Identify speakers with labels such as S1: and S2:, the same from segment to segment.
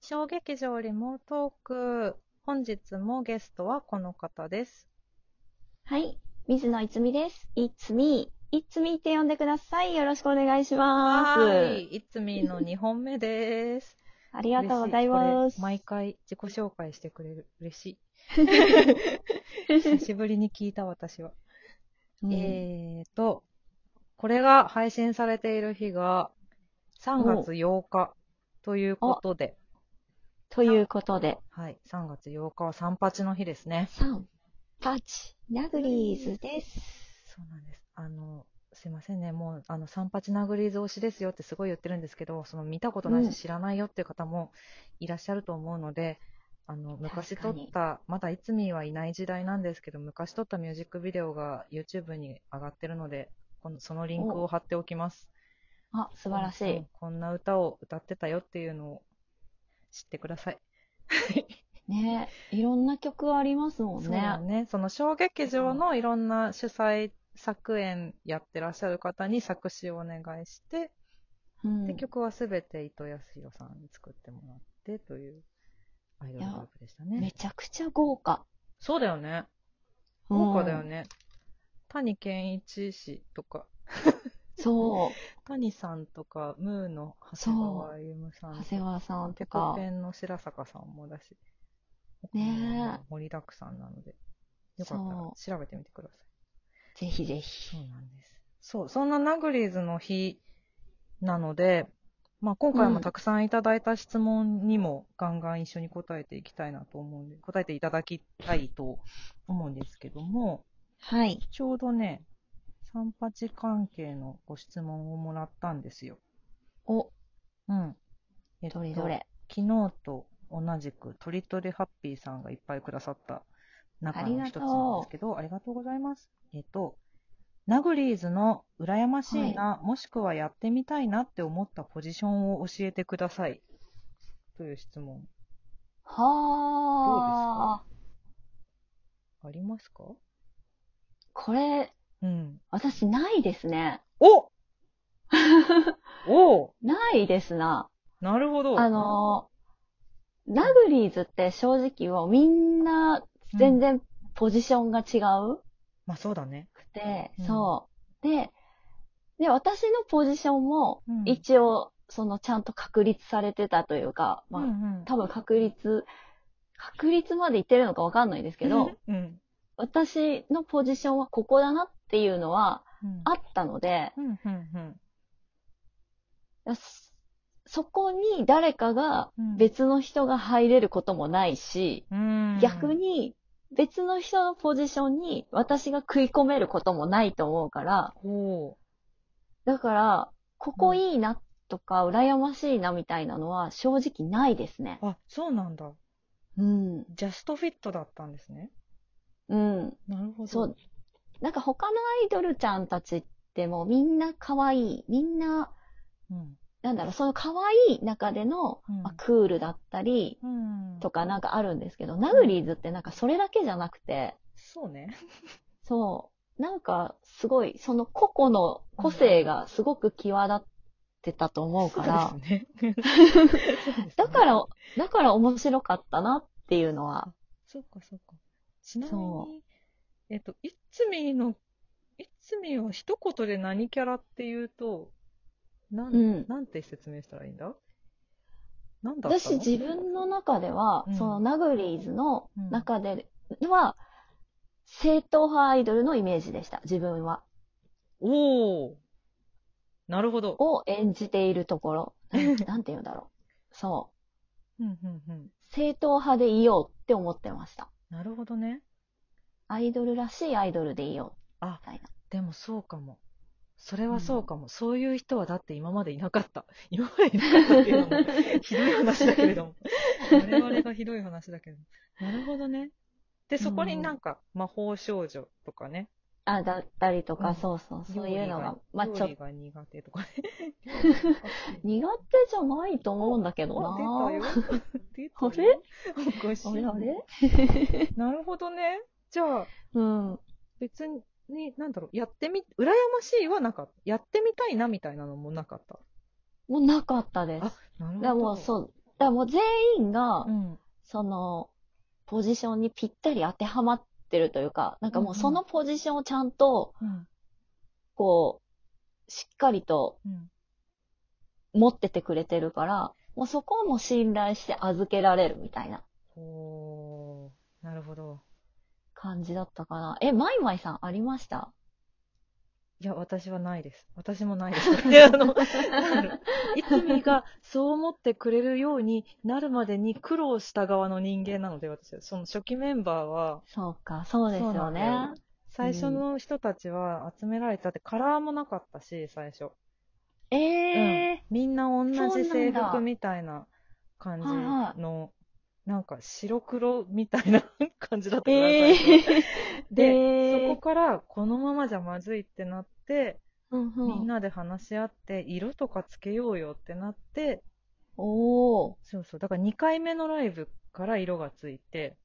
S1: 小劇場リモートーク。本日もゲストはこの方です。
S2: はい、水野いつみです。いつみ、いつみって呼んでください。よろしくお願いします。
S1: ーい。いつみの2本目です。
S2: ありがとうございま
S1: 嬉し
S2: す。
S1: これ毎回自己紹介してくれる。嬉しい。久
S2: う
S1: しぶりに聞いた私は。
S2: ん
S1: えーと、これが配信されている日が3月8日ということで、
S2: ということで、
S1: はい、3月8日は三八の日ですね。
S2: サン、パチ、ナグリーズです。
S1: そうなんです。あの、すいませんね、もう、あの、三八ナグリーズ推しですよってすごい言ってるんですけど、その見たことないうし
S2: ん
S1: 知らないよっていう方もいらっしゃると思うので、あの、昔撮
S2: 確か
S1: っ
S2: に
S1: た、まだいつみはいない時代なんですけど、昔撮ったミュージックビデオが YouTube に上がってるので、このそのリンクを貼っておきます。
S2: あ、素晴らし
S1: うんこんな歌を歌ってたよっていうのを知ってください。
S2: い。ねいろんな曲ありますもん
S1: そうだ
S2: ね。
S1: ね。その小劇場のいろんな主催、作演やってらっしゃる方に作詞をお願いして、
S2: うん
S1: で曲はすべて伊藤康弘さんに作ってもらってというアイドルグループでした
S2: め
S1: ね。
S2: ちゃくちゃ豪華。
S1: そうだよね。豪華だよね。谷健一氏とか、
S2: うん。そう。
S1: 谷さんとか、ムーの長谷川歩夢さんと
S2: 長
S1: か
S2: 谷川さん
S1: ペ
S2: と
S1: コ
S2: か
S1: ペ。ンの白坂さんもだし、
S2: ねえ
S1: 盛りだくさんなので、よかった
S2: そ
S1: ら調べてみてください。
S2: ぜひぜひ。
S1: そうなんです。そう、そんなナグリーズの日なので、まあ、今回もたくさんいただいた質問にもガンガン一緒に答えていきたいなと思うんで、答えていただきたいと思うんですけども、
S2: はい。
S1: ちょうどね、三八関係のご質問をもらったんですよ。
S2: お、
S1: うん。えっと
S2: どれどれ。
S1: 昨日と同じく、とりとりハッピーさんがいっぱいくださった中の一つなんですけど、ありがとうございます。えっと、ナグリーズの羨ましいな、もしくはやってみたいなって思ったポジションを教えてください。という質問、
S2: はあ。
S1: ありますか
S2: これ、
S1: うん。
S2: 私ないですね。
S1: おおう
S2: ないですな。
S1: なるほど。
S2: あの、ナグリーズって正直はみんな全然ポジションが違う
S1: まあそうだね。
S2: くて、
S1: うん
S2: そう。で、で、私のポジションも
S1: うん
S2: 一応、そのちゃんと確立されてたというか、まあ、
S1: うんうん、
S2: 多分確立、確立までいってるのかわかんないですけど、
S1: うん。
S2: 私のポジションはここだなっていうのは
S1: うん
S2: あったので、
S1: うん、うん、うん。
S2: そそこに誰かが
S1: うん
S2: 別の人が入れることもないし、
S1: うん
S2: 逆に別の人のポジションに私が食い込めることもないと思うから、
S1: おう
S2: だから、ここいいなとか、羨ましいなみたいなのは正直ないですね。
S1: あ、そうなんだ。
S2: うん。
S1: ジャストフィットだったんですね。
S2: うん。
S1: なるほど。
S2: そう。なんか他のアイドルちゃんたちってもうみんな可愛い。みんな、
S1: うん。
S2: なんだろう、その可愛い中での、
S1: うん
S2: まあクールだったり、
S1: うん。
S2: とかなんかあるんですけど、ナグリーズってなんかそれだけじゃなくて、
S1: そうね。
S2: そう、なんかすごい、その個々の個性がすごく際立ってたと思うから、
S1: そう ですね。。
S2: だからら、だから面白かったなっていうのは、
S1: そうか、そうか。ちなみ
S2: そ
S1: に、えっと、いつみの、いつみは一言で何キャラっていうと、なん、
S2: うん
S1: なんて説明したらいいんだなんだった
S2: 私
S1: の
S2: 自分の中では、
S1: うん
S2: そのナグリーズの中では、正統派アイドルのイメージでした、自分は。
S1: おおなるほど。
S2: を演じていると ころ。なんなんて言うんだろう。そ
S1: うん、うん、うん。
S2: う。正統派でいようって思ってました。
S1: なるほどね。
S2: アイドルらしいアイドルでいいよ、
S1: あ
S2: み、たいな。
S1: でもそうかも。それはそうかも。そういう人はだって今までいなかった。 今までいなかったっていうのも、 ひどい話だけれども。我々がひどい話だけど。なるほどね。で、そこになんか、魔法少女とかね。
S2: あ、だったりと
S1: う
S2: か、
S1: ん
S2: そうそう、そういうのが、
S1: ま
S2: まあ
S1: あ、
S2: ちょ
S1: 料
S2: っ
S1: 理
S2: と、
S1: が苦手 とかね。
S2: 苦手じゃないと思うんだけどな
S1: あ出たよ。出たよ
S2: あれ
S1: おかしい。
S2: あれあれ
S1: なるほどね。じゃあ、
S2: うん。
S1: 別に、なんだろう、やってみ、羨ましいはなかった。やってみたいなみたいなのもなかった。
S2: もうなかったです。
S1: あ、なるほ
S2: で
S1: ど。
S2: もうそう、らもう全員が、
S1: うん。
S2: その、ポジションにぴったり当てはまってるというか、なんかもうそのポジションをちゃんと、
S1: うん。
S2: こう、しっかりと
S1: うん。
S2: 持っててくれてるから、もうそこをもう信頼して預けられるみたいな
S1: おー、なるほど。
S2: 感じだったかな。え、マイマイさんあり ました
S1: いや、私はないです。私もない です。で、あの、なんだろういつみがそう思ってくれるようになるまでに苦労した側の人間なので、私は。その初期メンバーは、
S2: そうか、そうですよ
S1: そう
S2: ね
S1: なん。最初の人たちは集められたって、カラーもなかったし、最初。
S2: ええ
S1: みんな同
S2: そう
S1: じ
S2: なん
S1: 制
S2: だ
S1: 服みたいな感
S2: はいは
S1: じの、なんか白黒みたいな 感じだったから、
S2: え
S1: 最 初
S2: え
S1: で、
S2: え
S1: そこからこのままじゃまずいってなって、
S2: うんう
S1: みん
S2: ん、
S1: なで話し合って、色とかつけようよってなって、
S2: おお
S1: そうそう、だから2回目のライブから色がついて、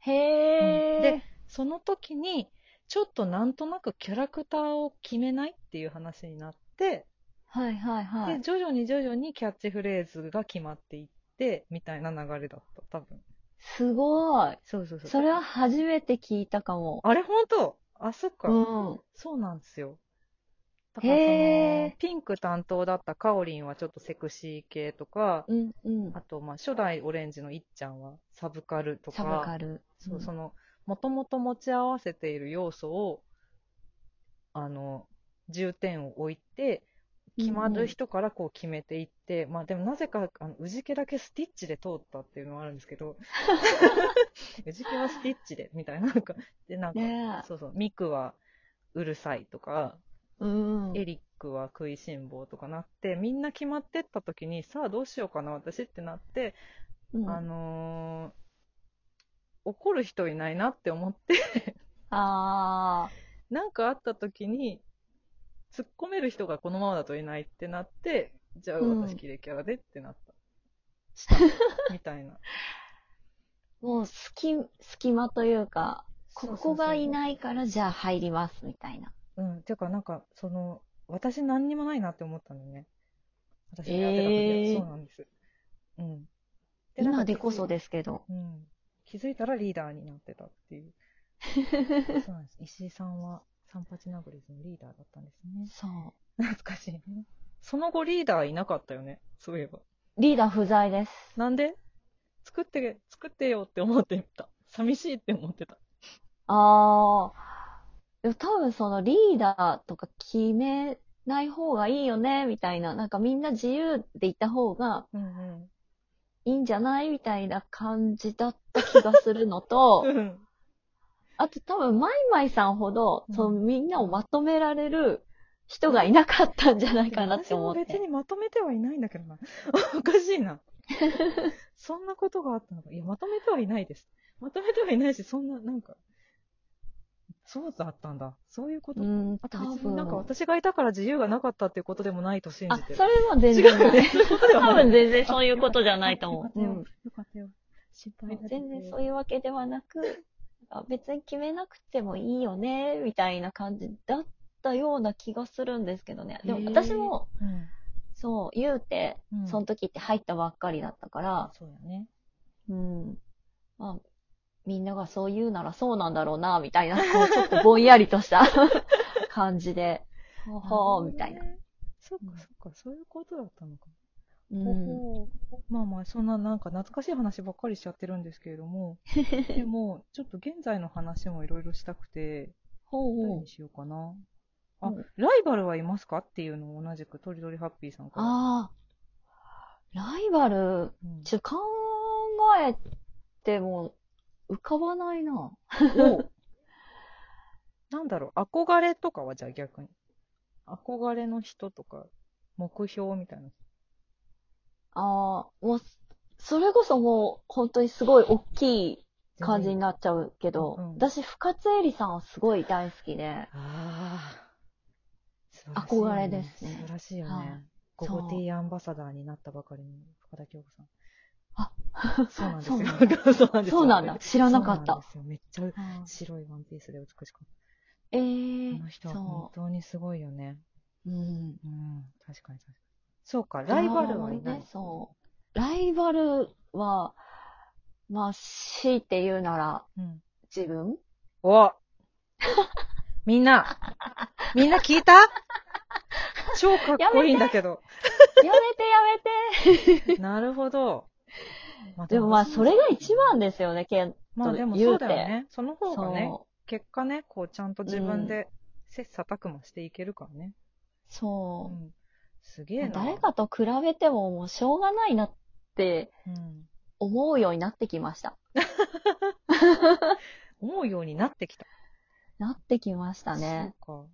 S2: へ
S1: うん
S2: え
S1: で、その時に、ちょっとなんとなくキャラクターを決めないっていう話になって、
S2: はいはいは
S1: で
S2: い。
S1: 徐々に徐々にキャッチフレーズが決まっていってみたいな流れだった多分
S2: すごい。
S1: そうそうそう
S2: それは初めて聞いたかも。
S1: あれ本当あそっか、
S2: うん。
S1: そうなんですよだからそ
S2: へ
S1: の
S2: ー
S1: ピンク担当だったかおりんはちょっとセクシー系とか、
S2: うんうん
S1: あ。とまあ初代オレンジのいっちゃんはサブカルとか
S2: サブカル。
S1: そううんそのもともと持ち合わせている要素をあの重点を置いて決まる人からこう決めていって、まあでもなぜかあの氏家だけスティッチで通ったっていうのはあるんですけ ど 氏家はスティッチでみたいななんかでなんか、
S2: ねえ
S1: そうそうミクはうるさいとか、
S2: うんうん。
S1: エリックは食いしん坊とかなってみんな決まってった時にさあどうしようかな私ってなって
S2: うん
S1: あのー怒る人いないなって思って、
S2: あ
S1: なんかあった時に、突っ込める人がこのままだといないってなって、じゃあ
S2: うん
S1: 私キレキャラでってなった。 した。みたいな。
S2: ーもう隙、隙間というか、ここがい
S1: い。
S2: ないからじゃあ入りますみたいな。
S1: うん。てか、なんか、その、私何にもないなって思ったんだよね。私がやってた時は、
S2: えー
S1: そうなんです。うん。なん
S2: 今
S1: か
S2: でこそですけ ど。
S1: うん。気づいたらリーダーになってたって いう。そうなんです。石井さんは、三八ナグリズのリーダーだったんですね。
S2: そ
S1: 懐かしいね。その後リーダーいなかったよね。そういえば。
S2: う。リーダー不在です。
S1: なんで作って、作ってよって思ってた。寂しいって思ってた。
S2: ああ。でも多分そのリーダーとか決めない方がいいよね、みたいな。なんかみんな自由でいた方が
S1: うんうん。
S2: いいんじゃないみたいな感じだった気がするのと、
S1: うん。
S2: あと多分マイマイさんほど、
S1: うん
S2: そのみんなをまとめられる人がいなかったんじゃないかなっ
S1: 私
S2: て思
S1: も
S2: って。
S1: 別にまとめてはいないんだけどな。 おかしいな。そんなことがあったのか。いや、まとめてはいないです。まとめてはいないし、そんな、なんか、そうだったんだ。そういうこと。
S2: うん、
S1: あ
S2: 多
S1: と別
S2: 分。
S1: になんか私がいたから自由がなかったっていうことでもないと信
S2: あ
S1: じて、る。
S2: それは全
S1: 違
S2: 然
S1: うよ
S2: な
S1: ね。
S2: い。
S1: そういうことでは
S2: 多
S1: ない
S2: 分全然そういうことじゃない と思う。う
S1: よか
S2: ん
S1: ったよ。よかったよ。心配だ
S2: 全然そう
S1: いう。
S2: いうわけではなく、あ別に決めなくてもいいよね、みたいな感じだったような気がするんですけどね。で
S1: へ
S2: も
S1: ー
S2: 私も、
S1: うん。
S2: そう、言うて、
S1: うん
S2: その時って入ったばっかりだったから、
S1: そうだね。
S2: うん。まあ、みんながそう言うならそうなんだろうな、みたいな、こうちょっとぼんやりとした 感じで、ほほー、みたいな。
S1: るほどね。そっ
S2: うん
S1: かそっか、そういうことだったのか。
S2: う
S1: ほ
S2: ん。
S1: ほうまあまあ、そんななんか懐かしい話ばっかりしちゃってるんですけれど も、でも、ちょっと現在の話もいろいろしたくて、
S2: ほう
S1: 何
S2: ほう
S1: に。しようかな。あ
S2: うん、
S1: ライバルはいますかっていうのを同じく、とりどりハッピーさんから。
S2: ああ、ライバル、
S1: うん
S2: ちょ、考えても浮かばないな。
S1: おなんだろう、憧れとかはじゃあ逆に。憧れの人とか、目標みたいな。
S2: ああ、もう、それこそもう、本当にすごい大きい感じになっちゃうけど、
S1: うんうん
S2: 私、深津絵里さんはすごい大好きで、
S1: ああ。素晴らしいよ
S2: 憧れですね
S1: 素晴らしいよね。
S2: はい
S1: ゴゴティアンバサダーになったばかりの深田恭子さん。
S2: あ、
S1: そうなんですよ。そうなんですよ
S2: そうなんだ。知らなかっ
S1: そうなん
S2: た。
S1: ですよ。めっちゃ
S2: うん
S1: 白いワンピースで美しかっ
S2: え
S1: た。
S2: えー
S1: あの人は本
S2: そ
S1: 当にすごいよね。
S2: う。うん。
S1: うん、確かに確かに。そうか、ライバルはいない
S2: ライバルね。。そライバルは、まあ、強いて言うなら、
S1: うん。
S2: 自分
S1: おみんな、みんな聞いた超かっこいいんだけど。
S2: やめてやめて
S1: なるほど。まあ
S2: でもまあ、それが一番ですよね、けん。
S1: まあでも
S2: 言
S1: そう
S2: うて
S1: だよね。その方がね、
S2: そう。
S1: 結果ね、こうちゃんと自
S2: う
S1: 分
S2: ん
S1: で切磋琢磨していけるからね。う
S2: そ
S1: ん。すげ
S2: う。
S1: えな。
S2: 誰かと比べてももうしょうがないなって
S1: うん。
S2: 思うようになってきました。
S1: 思うようになってきた。
S2: なってきましたね。
S1: そうか。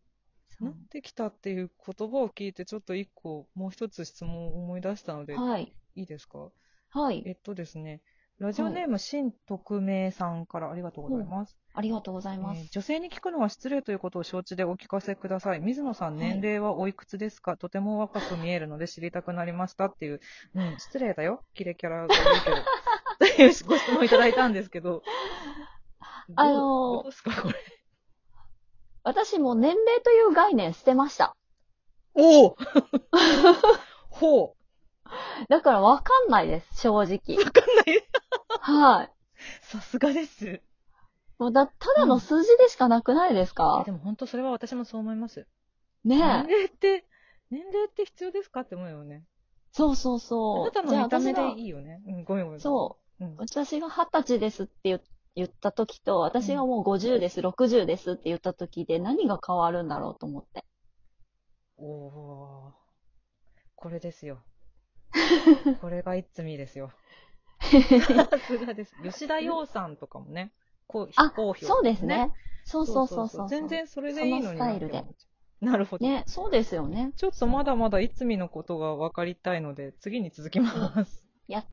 S2: そ
S1: なっ
S2: う
S1: てきたっていう言葉を聞いて、ちょっと一個、もう一つ質問を思い出したので、
S2: はい。
S1: いいですか
S2: はい。
S1: えっとですね、ラジオネーム、新匿名さんからありがとうございます。
S2: ありがとうございま
S1: えー
S2: す。
S1: 女性に聞くのは失礼ということを承知でお聞かせください。水野さん、
S2: はい
S1: 年齢はおいくつですか、とても若く見えるので知りたくなりましたっていう、 うん、失礼だよ、キレキャラがいるけど。というご質問いただいたんですけど。
S2: あのー
S1: どうどうですか、これ。
S2: 私もう年齢という概念捨てました。
S1: おお ほう。
S2: だからわかんないです、正直。わかん
S1: ない
S2: はい。
S1: さすがです。い
S2: もうだ、ただの数字でしかなくないです
S1: や
S2: か
S1: で、も本当それは私もそう思います。年
S2: ねえ。
S1: 齢って、年齢って必要ですかって思うよね。
S2: そうそう
S1: あ
S2: そう。
S1: なた
S2: じゃあ
S1: の見た目
S2: 私が
S1: でいいよね。うん、ごめんごめん。。
S2: そう
S1: うん
S2: う。、私が二十歳ですって言言った時と、私がもう50です、60ですって言った時で何が変わるんだろうと思って。
S1: おおこれです よ。これが一つみですよ。さすがです。吉田洋さんとかもね、こう、非
S2: あ
S1: 公表、
S2: そうですね。。そうそうそうそう。
S1: 全然それでいいのになって思っちゃう
S2: その
S1: なるほど。
S2: ね、そうですよね。
S1: ちょっとまだまだいつみのことが分かりたいので、次に続きます。
S2: やっ